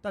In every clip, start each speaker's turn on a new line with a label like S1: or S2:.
S1: 大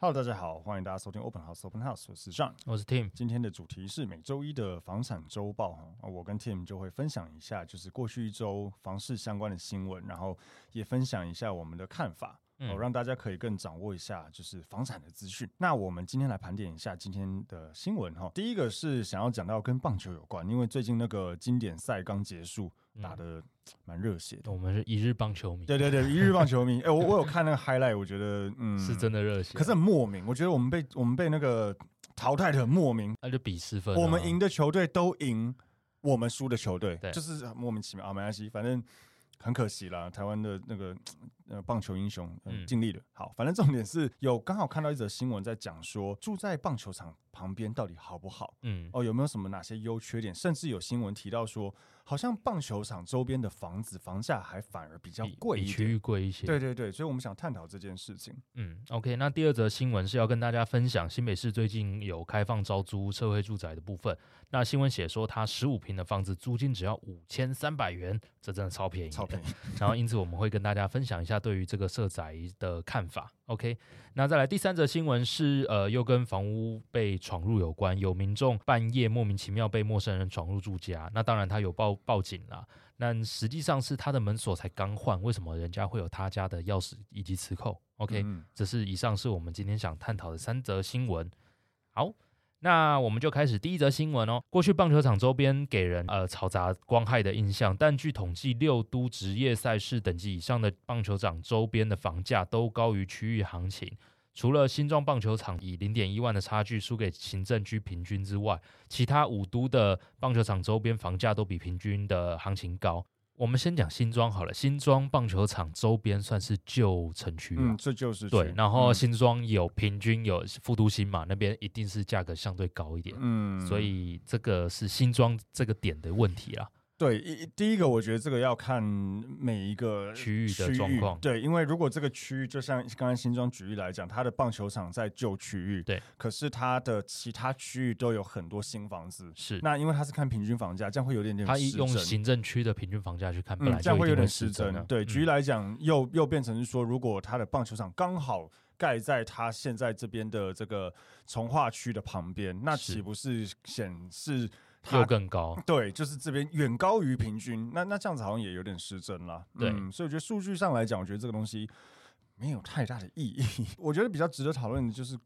S1: Hello，大家好，欢迎大家收听 Open House Open House，我是 Sean。
S2: 我是 Tim，
S1: 今天的主题是每周一的房产周报哈，呃我跟 Tim 就会分享一下，就是过去一周房市相关的新闻，然后也分享一下我们的看法，哦、
S2: 嗯
S1: 让大家可以更掌握一下就是房产的资讯。那我们今天来盘点一下今天的新闻哈，第一个是想要讲到跟棒球有关，因为最近那个经典赛刚结束，
S2: 嗯
S1: 打的蛮热血的。
S2: 我们是一日棒球迷，
S1: 对对对，一日棒球迷，哎、我我有看那个 highlight，我觉得嗯
S2: 是真的热血。啊
S1: 可是很莫名，我觉得我们被我们被那个淘汰的很莫名。
S2: 那就比四分啊，
S1: 我们赢的球队都赢，我们输的球队
S2: 对
S1: 就是莫名其妙啊，没关系，反正很可惜啦。台湾的那个呃棒球英雄，嗯，
S2: 嗯
S1: 尽力了。好，反正重点是有刚好看到一则新闻在讲说，住在棒球场旁边到底好不好？
S2: 嗯，
S1: 哦，有没有什么哪些优缺点？甚至有新闻提到说，好像棒球场周边的房子房价还反而比较
S2: 比
S1: 贵
S2: 比
S1: 一
S2: 区
S1: 点。
S2: 域贵一些。
S1: 对对对，所以我们想探讨这件事情。
S2: 嗯，OK，那第二则新闻是要跟大家分享，新北市最近有开放招租社会住宅的部分。那新闻写说，它十五平的房子租金只要五千三百元，这真的超便宜，
S1: 超 便宜。
S2: 然后，因此我们会跟大家分享一下对于这个社宅的看法。OK，那再来第三则新闻是，呃，又跟房屋被闯入有关，有民众半夜莫名其妙被陌生人闯入住家，那当然他有报报警啦。那实际上是他的门锁才刚换，为什么人家会有他家的钥匙以及磁扣？OK，、
S1: 嗯
S2: 这是以上是我们今天想探讨的三则新闻。好，那我们就开始第一则新闻哦。过去棒球场周边给人呃嘈杂光害的印象，但据统计，六都职业赛事等级以上的棒球场周边的房价都高于区域行情。除了新庄棒球场以零点一万的差距输给行政区平均之外，其他五都的棒球场周边房价都比平均的行情高。我们先讲新庄好了，新庄棒球场周边算是旧城区哦了，
S1: 嗯，这就是
S2: 对
S1: 去，
S2: 然后
S1: 嗯
S2: 新庄有平均有复都新嘛，那边一定是价格相对高一点，
S1: 嗯
S2: 所以这个是新庄这个点的问题啦。
S1: 对，一第一个我觉得这个要看每一个
S2: 区域的状况
S1: 对，因为如果这个区域就像刚才新庄举例来讲，它的棒球场在旧区域，
S2: 对，
S1: 可是它的其他区域都有很多新房子。
S2: 是，
S1: 那因为它是看平均房价，这样会有点点
S2: 他一
S1: 失
S2: 用
S1: 真
S2: 行政区的平均房价去看，本
S1: 嗯
S2: 来，
S1: 这
S2: 就
S1: 样
S2: 一
S1: 会有
S2: 定
S1: 点
S2: 失
S1: 失
S2: 真
S1: 真
S2: 的。。
S1: 对，
S2: 嗯
S1: 举例来讲，又又变成是说，如果它的棒球场刚好盖在它现在这边的这个从化区的旁边，那
S2: 是
S1: 岂不是显示它
S2: 又更高，
S1: 对，就是这边远高于平均，那那这样子好像也有点失真啦。
S2: 对
S1: 嗯，所以我觉得数据上来讲，我觉得这个东西没有太大的意义。 我觉得比较值得讨论的就是，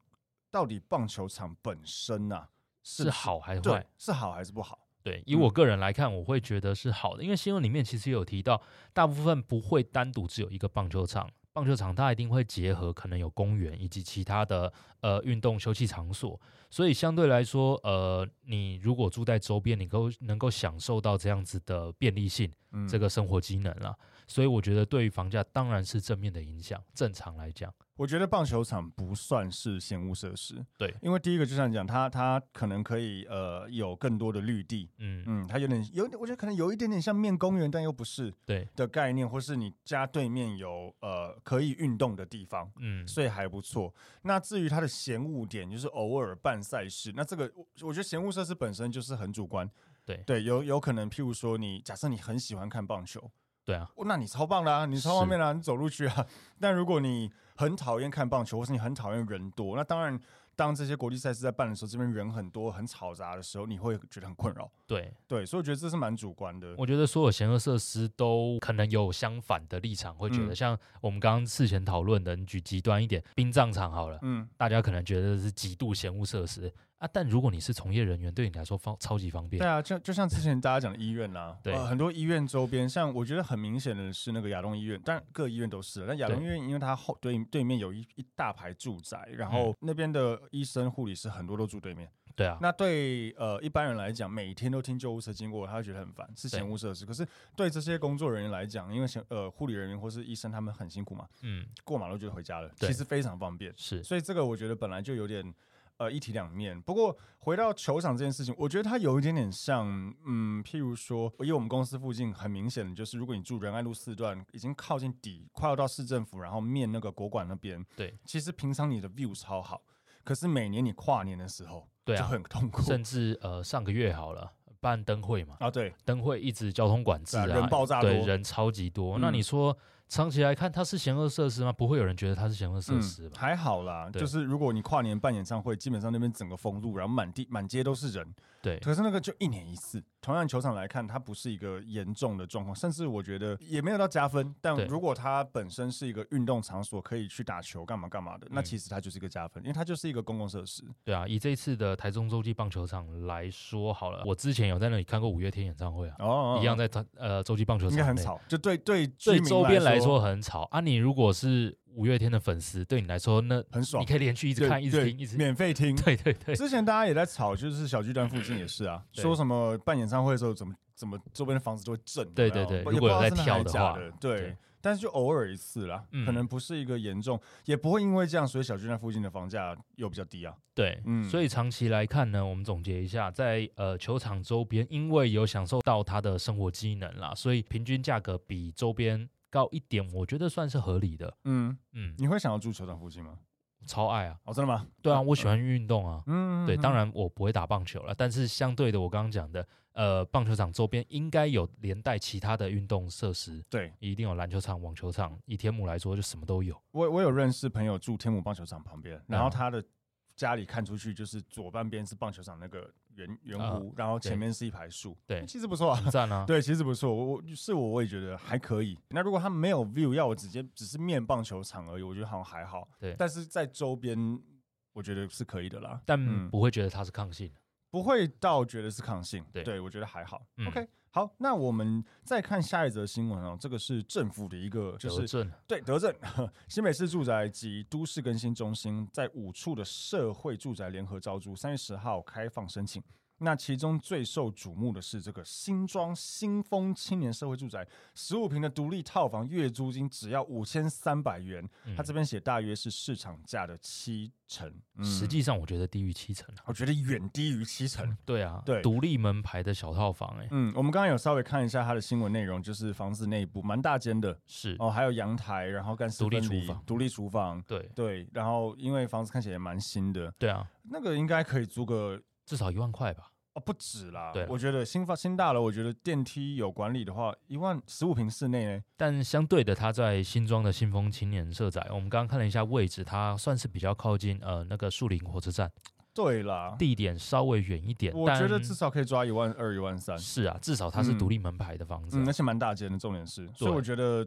S1: 到底棒球场本身啊是
S2: 是好还是
S1: 对
S2: 坏？
S1: 是好还是不好？
S2: 对，以我
S1: 嗯
S2: 个人来看，我会觉得是好的，因为新闻里面其实也有提到，大部分不会单独只有一个棒球场，棒球场它一定会结合可能有公园以及其他的呃运动休憩场所，所以相对来说，呃，你如果住在周边，你够能够享受到这样子的便利性，
S1: 嗯，
S2: 这个生活机能啦，所以我觉得对于房价当然是正面的影响，正常来讲，
S1: 我觉得棒球场不算是闲物设施，
S2: 对
S1: 因为第一个就像你讲，它它可能可以呃有更多的绿地，
S2: 嗯，
S1: 嗯，它有点有，我觉得可能有一点点像面公园，但又不是
S2: 对，
S1: 的概念，或是你家对面有呃可以运动的地方。
S2: 嗯，
S1: 所以还不错。那至于它的嫌恶点，就是偶尔办赛事，那这个我我觉得嫌恶设施本身就是很主观。
S2: 对
S1: 对，有有可能，譬如说你假设你很喜欢看棒球，
S2: 对啊，
S1: 哦那你超棒啦、你超方便啊 啦、你走路去啊。但如果你很讨厌看棒球，或是你很讨厌人多，那当然当这些国际赛事在办的时候，这边人很多、很嘈杂的时候，你会觉得很困扰。
S2: 对，
S1: 对，所以我觉得这是蛮主观的。
S2: 我觉得所有险恶设施都可能有相反的立场，会觉得
S1: 嗯
S2: 像我们刚刚事前讨论的，你举极端一点，殡葬场好了，
S1: 嗯，
S2: 大家可能觉得是极度嫌恶设施啊，但如果你是从业人员，对你来说方超级方便
S1: 对。啊，就就像之前大家讲的医院啦、
S2: 对
S1: 呃很多医院周边，像我觉得很明显的是那个亚东医院，但各医院都是，啊但亚东
S2: 对
S1: 医院因为它后对对面有一一大排住宅，然后那边的医生护理师很多都住对面，
S2: 对嗯啊，
S1: 那对呃一般人来讲，每天都听救护车经过，他会觉得很烦，是嫌
S2: 对
S1: 恶设施。可是对这些工作人员来讲，因为嫌呃护理人员或是医生他们很辛苦嘛，
S2: 嗯，
S1: 过马路就回家了，
S2: 对
S1: 其实非常方便。
S2: 是
S1: 所以这个我觉得本来就有点呃一体两面。不过回到球场这件事情，我觉得它有一点点像，嗯，譬如说，因为我们公司附近很明显的就是，如果你住仁爱路四段，已经靠近底，快要到市政府，然后面那个国馆那边，
S2: 对，
S1: 其实平常你的 view 超好，可是每年你跨年的时候
S2: 对
S1: 就
S2: 啊，
S1: 很痛苦
S2: 甚至呃上个月好了办灯会嘛，
S1: 啊，对，
S2: 灯会一直交通管制啊，
S1: 对啊人爆炸多
S2: 对人超级多。那
S1: 嗯
S2: 你说长期来看，它是险恶设施吗？不会有人觉得它是险恶设
S1: 嗯
S2: 施吧？
S1: 还好啦，
S2: 对
S1: 就是如果你跨年办演唱会，基本上那边整个封路，然后满地满街都是人，
S2: 对，
S1: 可是那个就一年一次，同样球场来看，它不是一个严重的状况，甚至我觉得也没有到加分。但
S2: 对
S1: 如果它本身是一个运动场所，可以去打球干嘛干嘛的，那
S2: 嗯
S1: 其实它就是一个加分，因为它就是一个公共设施。
S2: 对啊，以这次的台中洲际棒球场来说好了，我之前有在那里看过五月天演唱会啊，
S1: 哦
S2: 一样，在台呃洲际棒球场
S1: 应该很
S2: 内。
S1: 吵，就对对
S2: 对
S1: 居民
S2: 周边来
S1: 说
S2: 说很吵啊！你如果是五月天的粉丝，对你来说那
S1: 很爽
S2: 你，可以连续一直
S1: 对
S2: 看、一直
S1: 对
S2: 听、一直
S1: 免费听。
S2: 对对对
S1: 之前大家也在吵，就是小巨蛋附近也是啊，
S2: 对
S1: 说什么办演唱会的时候怎么怎么周边的房子都会震，
S2: 对
S1: 有没有
S2: 对对
S1: 不
S2: 如果有
S1: 也
S2: 在
S1: 不知道真的还是
S2: 跳的话
S1: 假的对。
S2: 对
S1: 但是就偶尔一次啦，
S2: 嗯
S1: 可能不是一个严重，也不会因为这样，所以小巨蛋附近的房价又比较低啊。
S2: 对，
S1: 嗯
S2: 所以长期来看呢，我们总结一下，在呃球场周边，因为有享受到它的生活机能啦，所以平均价格比周边高一点，我觉得算是合理的。
S1: 嗯，
S2: 嗯，
S1: 你会想要住球场附近吗？
S2: 超爱啊！
S1: 哦，真的吗？
S2: 对啊，我喜欢运动啊。
S1: 嗯，嗯，
S2: 对，
S1: 嗯
S2: 当，然我不会打棒球了，但是相对的，我刚刚讲的，呃，棒球场周边应该有连带其他的运动设施，
S1: 对
S2: 一定有篮球场、网球场。以天母来说，就什么都有。
S1: 我我有认识朋友住天母棒球场旁边，然后
S2: 嗯
S1: 他的家里看出去就是左半边是棒球场那个圆圆
S2: 啊
S1: 弧，然后前
S2: 对
S1: 面是一排树，
S2: 对
S1: 其实不错啊
S2: 很。赞啊！
S1: 对，其实不错，我我是我我也觉得还可以。那如果他没有 view，要我直接只是面棒球场而已，我觉得好像还好。
S2: 对
S1: 但是在周边，我觉得是可以的啦，
S2: 但
S1: 嗯
S2: 不会觉得它是抗性的。
S1: 不会到觉得是抗性。
S2: 对
S1: 我觉得还好。
S2: 嗯
S1: OK，好，那我们再看下一则新闻哦，这个是政府的一个就
S2: 德
S1: 是
S2: 政
S1: 对德政 新北市住宅及都市更新中心在五处的社会住宅联合招租，三月十号开放申请。那其中最受瞩目的是这个新庄新丰青年社会住宅，十五平的独立套房，月租金只要五千三百元，
S2: 嗯
S1: 它这边写大约是市场价的七成，嗯
S2: 实际上我觉得低于七成啊。
S1: 我觉得远低于七成。
S2: 对啊，
S1: 对
S2: 独立门牌的小套房、欸，哎、
S1: 嗯，我们刚刚有稍微看一下它的新闻内容，就是房子内部蛮大间的
S2: 是，
S1: 哦，还有阳台，然后干湿
S2: 独立
S1: 分
S2: 厨
S1: 离
S2: 房
S1: 独立厨房，
S2: 对，
S1: 对，然后因为房子看起来也蛮新的，
S2: 对啊，
S1: 那个应该可以租个
S2: 至少一万块吧。
S1: 哦不止啦。
S2: 对啦啊
S1: 我觉得新发新大楼，我觉得电梯有管理的话，一万十五平室内呢，
S2: 但相对的，它在新庄的新丰青年社宅，我们刚刚看了一下位置，它算是比较靠近呃那个树林火车站，
S1: 对啦，
S2: 地点稍微远一点。
S1: 我觉得
S2: 但
S1: 至少可以抓一万二、一万三，
S2: 是啊，至少它是
S1: 嗯
S2: 独立门牌的房子啊、
S1: 嗯，而且蛮大间的，重点是，所以
S2: 对
S1: 我觉得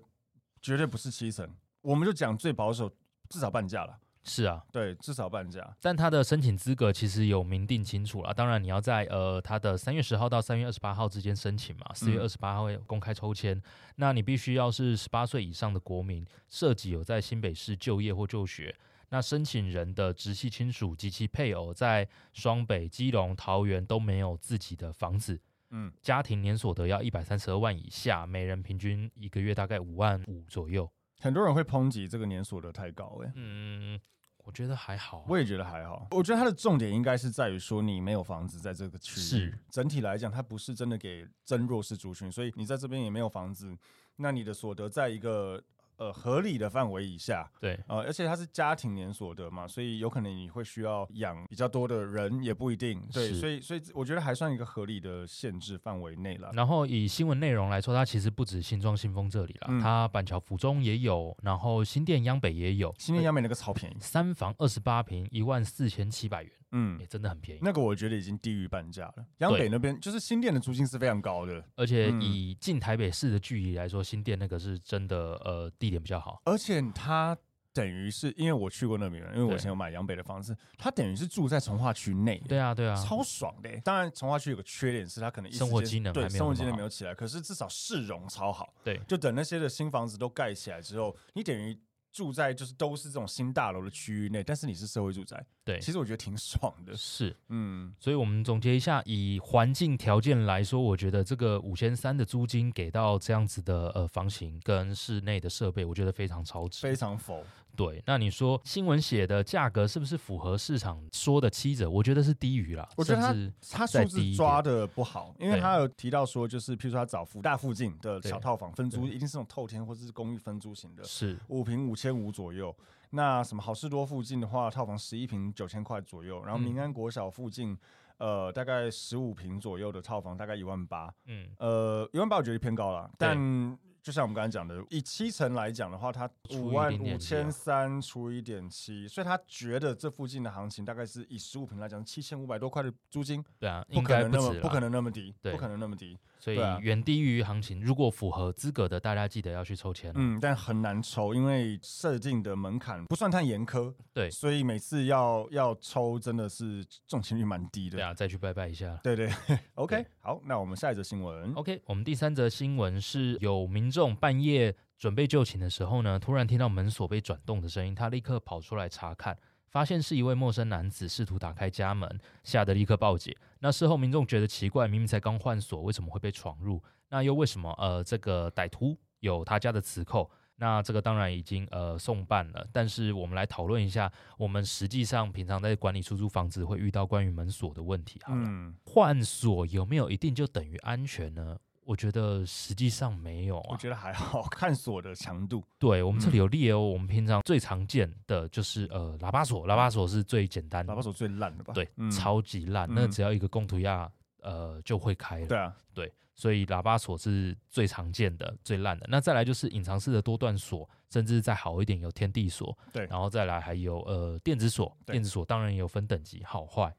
S1: 绝对不是七成，我们就讲最保守，至少半价了，
S2: 是啊，
S1: 对，至少半价，
S2: 但它的申请资格其实有明定清楚了。当然，你要在呃它的三月十号到三月二十八号之间申请
S1: 嗯
S2: 嘛，四月二十八号会公开抽签。那你必须要是十八岁以上的国民，涉及有在新北市就业或就学。那申请人的直系亲属及其配偶在双北、基隆、桃园都没有自己的房子，
S1: 嗯，
S2: 家庭年所得要一百三十二万以下，每人平均一个月大概五万五左右。
S1: 很多人会抨击这个年所得太高、欸，哎。
S2: 嗯，我觉得还好啊、
S1: 我也觉得还好，我觉得它的重点应该是在于说你没有房子在这个区域，
S2: 是
S1: 整体来讲，它不是真的给真弱势族群，所以你在这边也没有房子，那你的所得在一个呃合理的范围以下，
S2: 对，
S1: 呃，而且它是家庭连锁的嘛，所以有可能你会需要养比较多的人，也不一定。对，
S2: 是
S1: 所以所以我觉得还算一个合理的限制范围内了。
S2: 然后以新闻内容来说，它其实不止新庄新丰这里啦，
S1: 嗯
S2: 它板桥府中也有，然后新店央北也有，
S1: 新店央美那个超便宜，
S2: 三房二十八平一万四千七百元，
S1: 嗯
S2: 也、，真的很便宜。
S1: 那个我觉得已经低于半价了。央北那边就是新店的租金是非常高的，
S2: 而且
S1: 嗯
S2: 以近台北市的距离来说，新店那个是真的呃地点比较好，
S1: 而且它等于是因为我去过那边，因为我
S2: 对
S1: 以前有买央北的房子，它等于是住在从化区内，
S2: 对啊对啊，
S1: 超爽的欸、当然，从化区有个缺点是它可能一时间
S2: 生活机能还
S1: 对
S2: 没有
S1: 生活
S2: 那么
S1: 机能
S2: 好
S1: 没有起来，可是至少市容超好。
S2: 对
S1: 就等那些的新房子都盖起来之后，你等于住在就是都是这种新大楼的区域内，但是你是社会住宅，
S2: 对
S1: 其实我觉得挺爽的。
S2: 是。
S1: 嗯，
S2: 所以我们总结一下，以环境条件来说，我觉得这个五千三的租金给到这样子的呃房型跟室内的设备，我觉得非常超值，
S1: 非常否，
S2: 对，那你说新闻写的价格是不是符合市场说的七折？我觉得是低于啦，
S1: 我觉得
S2: 甚至
S1: 他
S2: 再
S1: 数
S2: 低
S1: 字
S2: 一
S1: 抓
S2: 点
S1: 的不好，因为
S2: 对
S1: 他有提到说，就是譬如说他找福大附近的
S2: 对
S1: 小套房分租，
S2: 对
S1: 一定是那种透天或是公寓分租型的，
S2: 是
S1: 五平五千五左右。那什么好事多附近的话，套房十一平九千块左右，然后
S2: 嗯
S1: 民安国小附近，呃，大概十五平左右的套房大概一万八，
S2: 嗯
S1: 呃，一万八我觉得偏高了，但就像我们刚才讲的，以七成来讲的话，它
S2: 除
S1: 五
S2: 以
S1: 万五
S2: 0.7
S1: 千三除一点七，所以他觉得这附近的行情大概是以十五平来讲，七千五百多块的租金，
S2: 对啊，
S1: 不
S2: 应
S1: 可
S2: 该
S1: 能那
S2: 止
S1: 么
S2: 啦
S1: 不可，能那么低，
S2: 对
S1: 不可能那么低，
S2: 所以
S1: 对啊
S2: 远低于行情。如果符合资格的，大家记得要去抽签哦。
S1: 嗯，但很难抽，因为设定的门槛不算太严苛，
S2: 对
S1: 所以每次要要抽真的是中签率蛮低
S2: 对
S1: 的，
S2: 啊，再去拜拜一下。
S1: 对对 o k
S2: 对哦
S1: 好，那我们下一则新闻
S2: OK，我们第三则新闻是有民众半夜准备就寝的时候呢，突然听到门锁被转动的声音，他立刻跑出来查看，发现是一位陌生男子试图打开家门，吓得立刻报警。那事后民众觉得奇怪，明明才刚换锁，为什么会被闯入？那又为什么呃这个歹徒有他家的磁扣？那这个当然已经呃送办了，但是我们来讨论一下，我们实际上平常在管理出租房子会遇到关于门锁的问题好了。
S1: 嗯，
S2: 换锁有没有一定就等于安全呢？我觉得实际上没有
S1: 我
S2: 啊。
S1: 觉得还好 看锁的强度，
S2: 对我们这里
S1: 嗯
S2: 有列哦，我们平常最常见的就是呃喇叭锁，喇叭锁是最简单
S1: 嗯
S2: 的，
S1: 喇叭锁最烂的吧？
S2: 对、
S1: 嗯
S2: 超级烂，那
S1: 嗯
S2: 只要一个供图亚呃就会开了。
S1: 对啊，
S2: 对，所以喇叭锁是最常见的、最烂的。那再来就是隐藏式的多段锁，甚至再好一点有天地锁，
S1: 对
S2: 然后再来还有呃电子锁，
S1: 对
S2: 电子锁当然也有分等级好坏。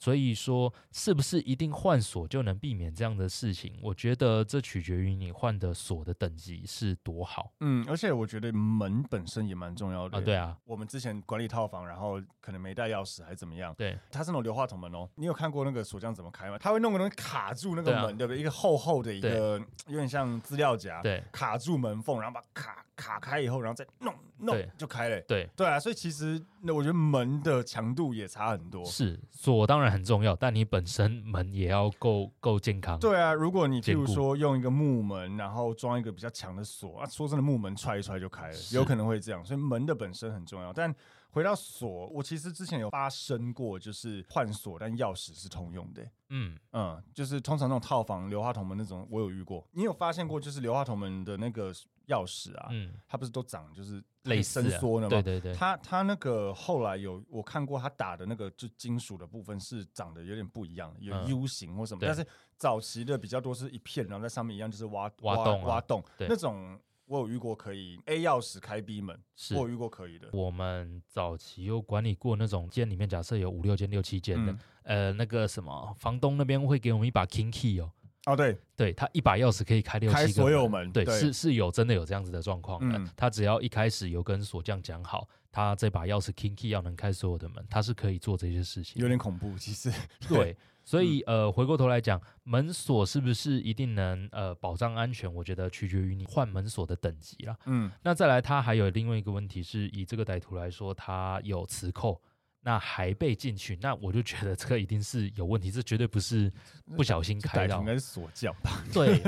S2: 所以说，是不是一定换锁就能避免这样的事情？我觉得这取决于你换的锁的等级是多好
S1: 嗯，而且我觉得门本身也蛮重要的
S2: 啊。对，啊，
S1: 我们之前管理套房，然后可能没带钥匙还是怎么样，
S2: 对，
S1: 它是那种硫化铜门哦。你有看过那个锁匠怎么开吗？他会弄个东西卡住那个
S2: 对啊
S1: 门，对不对？一个厚厚的一
S2: 对
S1: 个，有点像资料夹，
S2: 对，
S1: 卡住门缝，然后把卡卡开以后，然后再弄弄
S2: 对
S1: 就开了欸。
S2: 对。
S1: 对啊，所以其实那我觉得门的强度也差很多。
S2: 是锁当然很重要，但你本身门也要够够健康。
S1: 对啊，如果你譬
S2: 坚
S1: 如
S2: 固
S1: 说用一个木门，然后装一个比较强的锁啊，说真的，木门踹一踹就开了，
S2: 是
S1: 有可能会这样。所以门的本身很重要，但回到锁，我其实之前有发生过，就是换锁，但钥匙是通用的、
S2: 嗯，
S1: 嗯，就是通常那种套房硫化铜门那种，我有遇过。你有发现过，就是硫化铜门的那个钥匙啊，
S2: 嗯，
S1: 它不是都长就是
S2: 类似啊
S1: 伸缩的吗？
S2: 对对对，
S1: 它它那个后来有我看过，它打的那个就金属的部分是长得有点不一样，有
S2: 嗯
S1: U 型或什么，
S2: 对
S1: 但是早期的比较多是一片，然后在上面一样就是挖
S2: 挖洞啊
S1: 挖洞
S2: 对
S1: 那种。我有遇过可以 A 钥匙开 B 门，
S2: 是
S1: 我有遇过可以的。
S2: 我们早期有管理过那种间里面，假设有五六间、六七间的，
S1: 嗯
S2: 呃，那个什么房东那边会给我们一把 king key 哦，
S1: 哦，对，
S2: 对他一把钥匙可以开六
S1: 开
S2: 七个
S1: 所有门，
S2: 对，是是有真的有这样子的状况的。
S1: 嗯
S2: 他只要一开始有跟锁匠讲好，他这把钥匙 king key 要能开所有的门，他是可以做这些事情
S1: 有
S2: 的。
S1: 点嗯恐怖，其实。
S2: 对，所以、呃，回过头来讲，门锁是不是一定能呃保障安全？我觉得取决于你换门锁的等级啦。
S1: 嗯，
S2: 那再来，它还有另外一个问题是，以这个歹徒来说，它有磁扣。那还被进去，那我就觉得这个一定是有问题，这绝对不是不小心开
S1: 歹徒
S2: 到
S1: 应。 该是锁匠吧，
S2: 对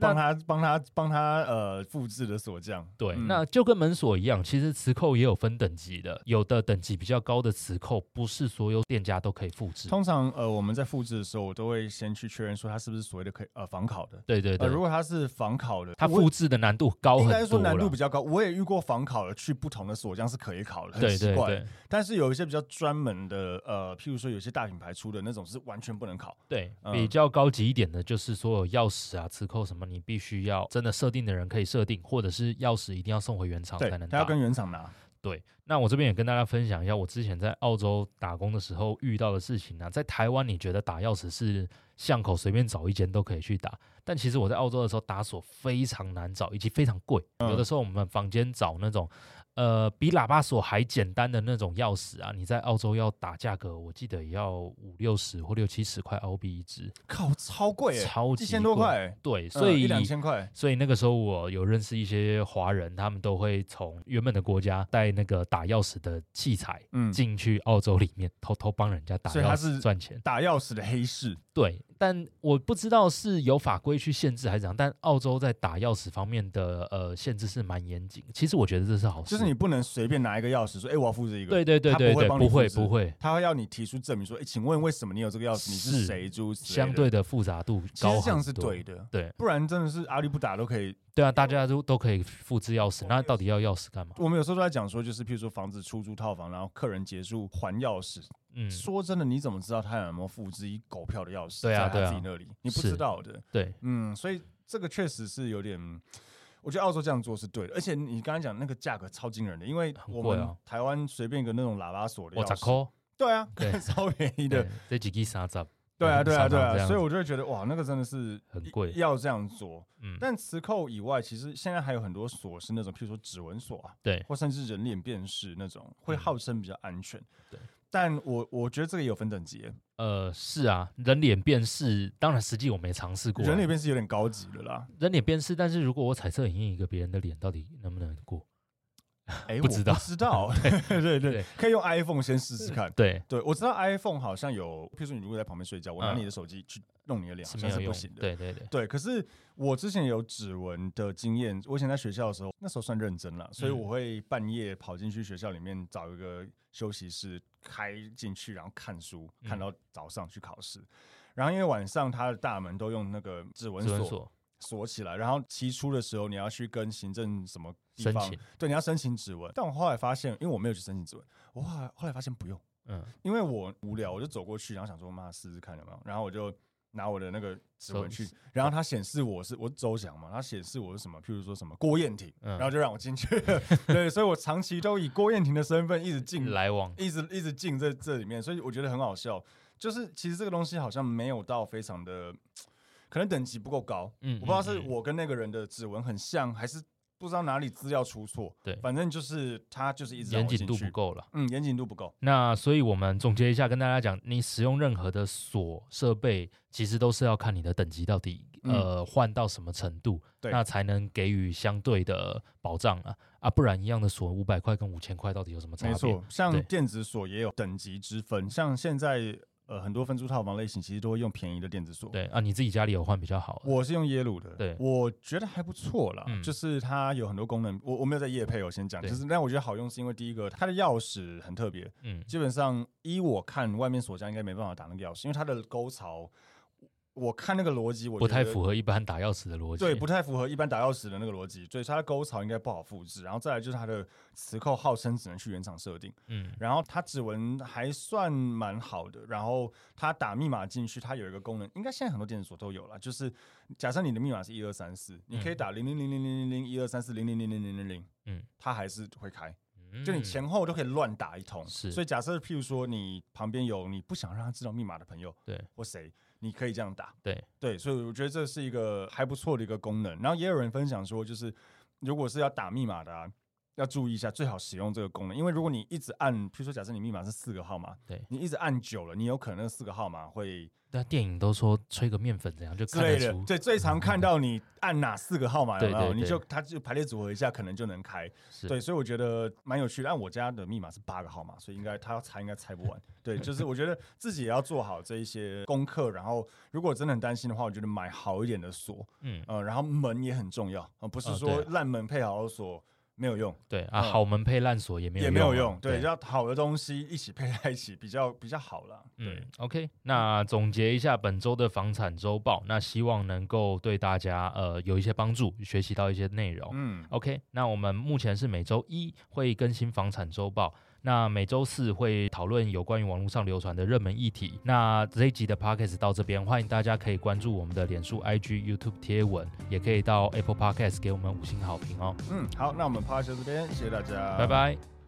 S1: 帮他帮他帮他呃复制的锁匠。
S2: 对，
S1: 嗯
S2: 那就跟门锁一样，其实磁扣也有分等级的，有的等级比较高的磁扣，不是所有店家都可以复制。
S1: 通常呃我们在复制的时候，我都会先去确认说它是不是所谓的可以呃仿考的。
S2: 对对
S1: 呃，
S2: 对，
S1: 如果它是仿考的，
S2: 它
S1: 我
S2: 复制的难度高
S1: 应
S2: 很
S1: 该
S2: 多
S1: 说难度
S2: 了
S1: 比较高。我也遇过仿考的，去不同的锁匠是可以考的，很
S2: 对
S1: 奇
S2: 对
S1: 怪。
S2: 对
S1: 但是有一些比较专门的，呃，譬如说有些大品牌出的那种是完全不能考。
S2: 对，
S1: 嗯
S2: 比较高级一点的就是所有钥匙啊、磁扣什么，你必须要真的设定的人可以设定，或者是钥匙一定要送回原厂
S1: 对
S2: 哦才能，
S1: 他
S2: 打
S1: 要。跟原厂拿。
S2: 对，那我这边也跟大家分享一下我之前在澳洲打工的时候遇到的事情啊。在台湾，你觉得打钥匙是巷口随便找一间都可以去打，但其实我在澳洲的时候打锁非常难找，以及非常贵。
S1: 嗯
S2: 有的时候我们房间找那种，呃，比喇叭锁还简单的那种钥匙啊，你在澳洲要打价格，我记得也要五六十或六七十块澳币一只。
S1: 靠，超贵、欸，
S2: 超级
S1: 一千多
S2: 贵
S1: 块欸、
S2: 对，
S1: 嗯
S2: 所以、
S1: 一两千块。
S2: 所以那个时候我有认识一些华人，他们都会从原本的国家带那个打钥匙的器材
S1: 嗯，
S2: 进去澳洲里面偷偷帮人家打
S1: 所以他
S2: 钥
S1: 是
S2: 匙赚钱。
S1: 打钥匙的黑市，
S2: 对，但我不知道是有法规去限制还是怎样，但澳洲在打钥匙方面的呃限制是蛮严谨。其实我觉得这是好事，
S1: 就是你不能随便拿一个钥匙说，哎、我要复制一个。
S2: 对对对
S1: 他不
S2: 对
S1: 会
S2: 对，
S1: 帮你
S2: 不会
S1: 复制
S2: 不会，
S1: 他会要你提出证明说，哎、请问为什么你有这个钥匙？你是
S2: 是
S1: 谁？诸如此类
S2: 相
S1: 的
S2: 对的复杂度
S1: 其
S2: 高
S1: 实这样
S2: 很
S1: 是
S2: 多
S1: 对的，
S2: 对
S1: 不然真的是阿里不打都可以。
S2: 对啊，大家都都可以复制钥匙，那到底要钥匙干嘛？
S1: 我们有时候都在讲说，就是譬如说房子出租套房，然后客人结束还钥匙，
S2: 嗯，
S1: 说真的，你怎么知道他有没有复制一狗票的钥匙
S2: 对啊
S1: 在
S2: 对
S1: 他
S2: 啊
S1: 自己那里？你不
S2: 是
S1: 知道的。
S2: 对
S1: 嗯，所以这个确实是有点，我觉得澳洲这样做是对的。而且你刚才讲那个价格超惊人的，因为
S2: 很
S1: 我
S2: 贵啊
S1: 们台湾随便一个那种喇叭锁的
S2: 我
S1: 钥
S2: 咋
S1: 匙，
S2: 扣？
S1: 对啊，
S2: 对
S1: 超便宜的
S2: 对。，这几个啥子？
S1: 对啊，对啊，
S2: 常常
S1: 对
S2: 这
S1: 啊，
S2: 样
S1: 所以
S2: 子
S1: 我就会觉得哇，那个真的是
S2: 很
S1: 一
S2: 贵
S1: 要这样做。
S2: 嗯，
S1: 但磁扣以外，其实现在还有很多锁是那种，譬如说指纹锁啊，
S2: 对
S1: 或甚至人脸辨识那种，会
S2: 嗯
S1: 号称比较安全。
S2: 对，
S1: 但我我觉得这个也有分等级耶，
S2: 呃，是啊，人脸辨识，当然实际我们也尝试过啊、
S1: 人脸辨识有点高级了啦。
S2: 人脸辨识，但是如果我彩色影印一个别人的脸，到底能不能过？
S1: 哎，
S2: 不
S1: 我
S2: 知道
S1: 不知 道，对对
S2: 对
S1: 对，可以用 iPhone 先试试看。
S2: 对，
S1: 对，我知道 iPhone 好像有，譬如说你如果在旁边睡觉，我拿
S2: 嗯
S1: 你的手机去弄你的脸，好像
S2: 没有
S1: 是不
S2: 用
S1: 行的。
S2: 对对对，
S1: 对，可是我之前有指纹的经验，我以前在学校的时候，那时候算认真了，所以
S2: 嗯
S1: 我会半夜跑进去学校里面找一个休息室开进去，然后看书，看
S2: 嗯
S1: 到早上去考试。然后因为晚上他的大门都用那个指纹
S2: 指纹
S1: 锁
S2: 锁
S1: 锁起来，然后期初的时候你要去跟行政什么地
S2: 申
S1: 方
S2: 请，
S1: 对，你要申请指纹。但我后来发现，因为我没有去申请指纹，我后来后来发现不用。
S2: 嗯，
S1: 因为我无聊，我就走过去，然后想说妈试试看有没有，然后我就拿我的那个指纹去
S2: 手，
S1: 然后它显示我是我是周翔嘛，它显示我是什么，譬如说什么郭燕婷，
S2: 嗯
S1: 然后就让我进去了 对，所以我长期都以郭燕婷的身份一直进，
S2: 来往
S1: 一直一直进这这里面，所以我觉得很好笑。就是其实这个东西好像没有到非常的，可能等级不够高，
S2: 嗯
S1: 我不知道是
S2: 嗯嗯
S1: 我跟那个人的指纹很像，还是不知道哪里资料出错，
S2: 对
S1: 反正就是他就是一直让
S2: 严
S1: 我
S2: 谨
S1: 进
S2: 度不
S1: 去，
S2: 够了。
S1: 嗯，严谨度不够。
S2: 那所以我们总结一下，跟大家讲，你使用任何的锁设备，其实都是要看你的等级到底、
S1: 嗯
S2: 呃换到什么程度，
S1: 对
S2: 那才能给予相对的保障啊啊，不然一样的锁五百块跟五千块到底有什么差别？
S1: 没错，像
S2: 对
S1: 电子锁也有等级之分，像现在呃很多分租套房类型其实都会用便宜的电子锁。
S2: 对啊，你自己家里有换比较好啊。
S1: 我是用耶鲁的，
S2: 对
S1: 我觉得还不错啦，
S2: 嗯
S1: 就是它有很多功能，我我没有在夜配，我先讲，
S2: 对
S1: 就是但我觉得好用是因为第一个它的钥匙很特别，
S2: 嗯，
S1: 基本上依我看外面锁匠应该没办法打那个钥匙，因为它的沟槽，我看那个逻辑我
S2: 不太
S1: 觉得
S2: 符合一般打钥匙的逻辑。
S1: 对，不太符合一般打钥匙的那个逻辑，所以它的沟槽应该不好复制，然后再来就是它的磁扣号称只能去原厂设定。
S2: 嗯，
S1: 然后它指纹还算蛮好的，然后它打密码进去，它有一个功能，应该现在很多电子锁都有了，就是假设你的密码是一二三四，你可以打零零零零零零零一二三四零零零零零零零，
S2: 嗯
S1: 嗯，它还是会开，
S2: 嗯
S1: 就你前后都可以乱打一通。
S2: 是
S1: 所以假设譬如说你旁边有你不想让他知道密码的朋友，
S2: 对
S1: 或谁，你可以这样打，
S2: 对
S1: 对，所以我觉得这是一个还不错的一个功能。然后也有人分享说，就是如果是要打密码的、啊，要注意一下，最好使用这个功能，因为如果你一直按，比如说假设你密码是四个号码，
S2: 对
S1: 你一直按久了，你有可能那四个号码会
S2: 那电影都说吹个面粉怎样就
S1: 之
S2: 看
S1: 类
S2: 得
S1: 的
S2: 出，，
S1: 对，最常看到你按哪四个号码有没有？
S2: 对对对
S1: 你就它就排列组合一下，可能就能开。
S2: 是
S1: 对，所以我觉得蛮有趣的。按我家的密码是八个号码，所以应该他要猜应该猜不完。对，就是我觉得自己也要做好这一些功课，然后如果真的很担心的话，我觉得买好一点的锁，
S2: 嗯
S1: 呃，然后门也很重要，呃、不是
S2: 呃
S1: 说
S2: 对
S1: 烂门配好的锁没有用。
S2: 对啊，
S1: 嗯
S2: 好门配烂锁也没有
S1: 也没有
S2: 啊
S1: 用，对，要好的东西一起配在一起比较比较好啦。对，
S2: 嗯，OK，那总结一下本周的房产周报，那希望能够对大家呃有一些帮助，学习到一些内容。
S1: 嗯，
S2: OK，那我们目前是每周一会更新房产周报，那每周四会讨论有关于网络上流传的热门议题。那这一集的 Podcast 到这边，欢迎大家可以关注我们的脸书、IG、YouTube 贴文，也可以到 Apple Podcast 给我们五星好评哦。
S1: 嗯，好，那我们趴下这边，谢谢大家，
S2: 拜。拜。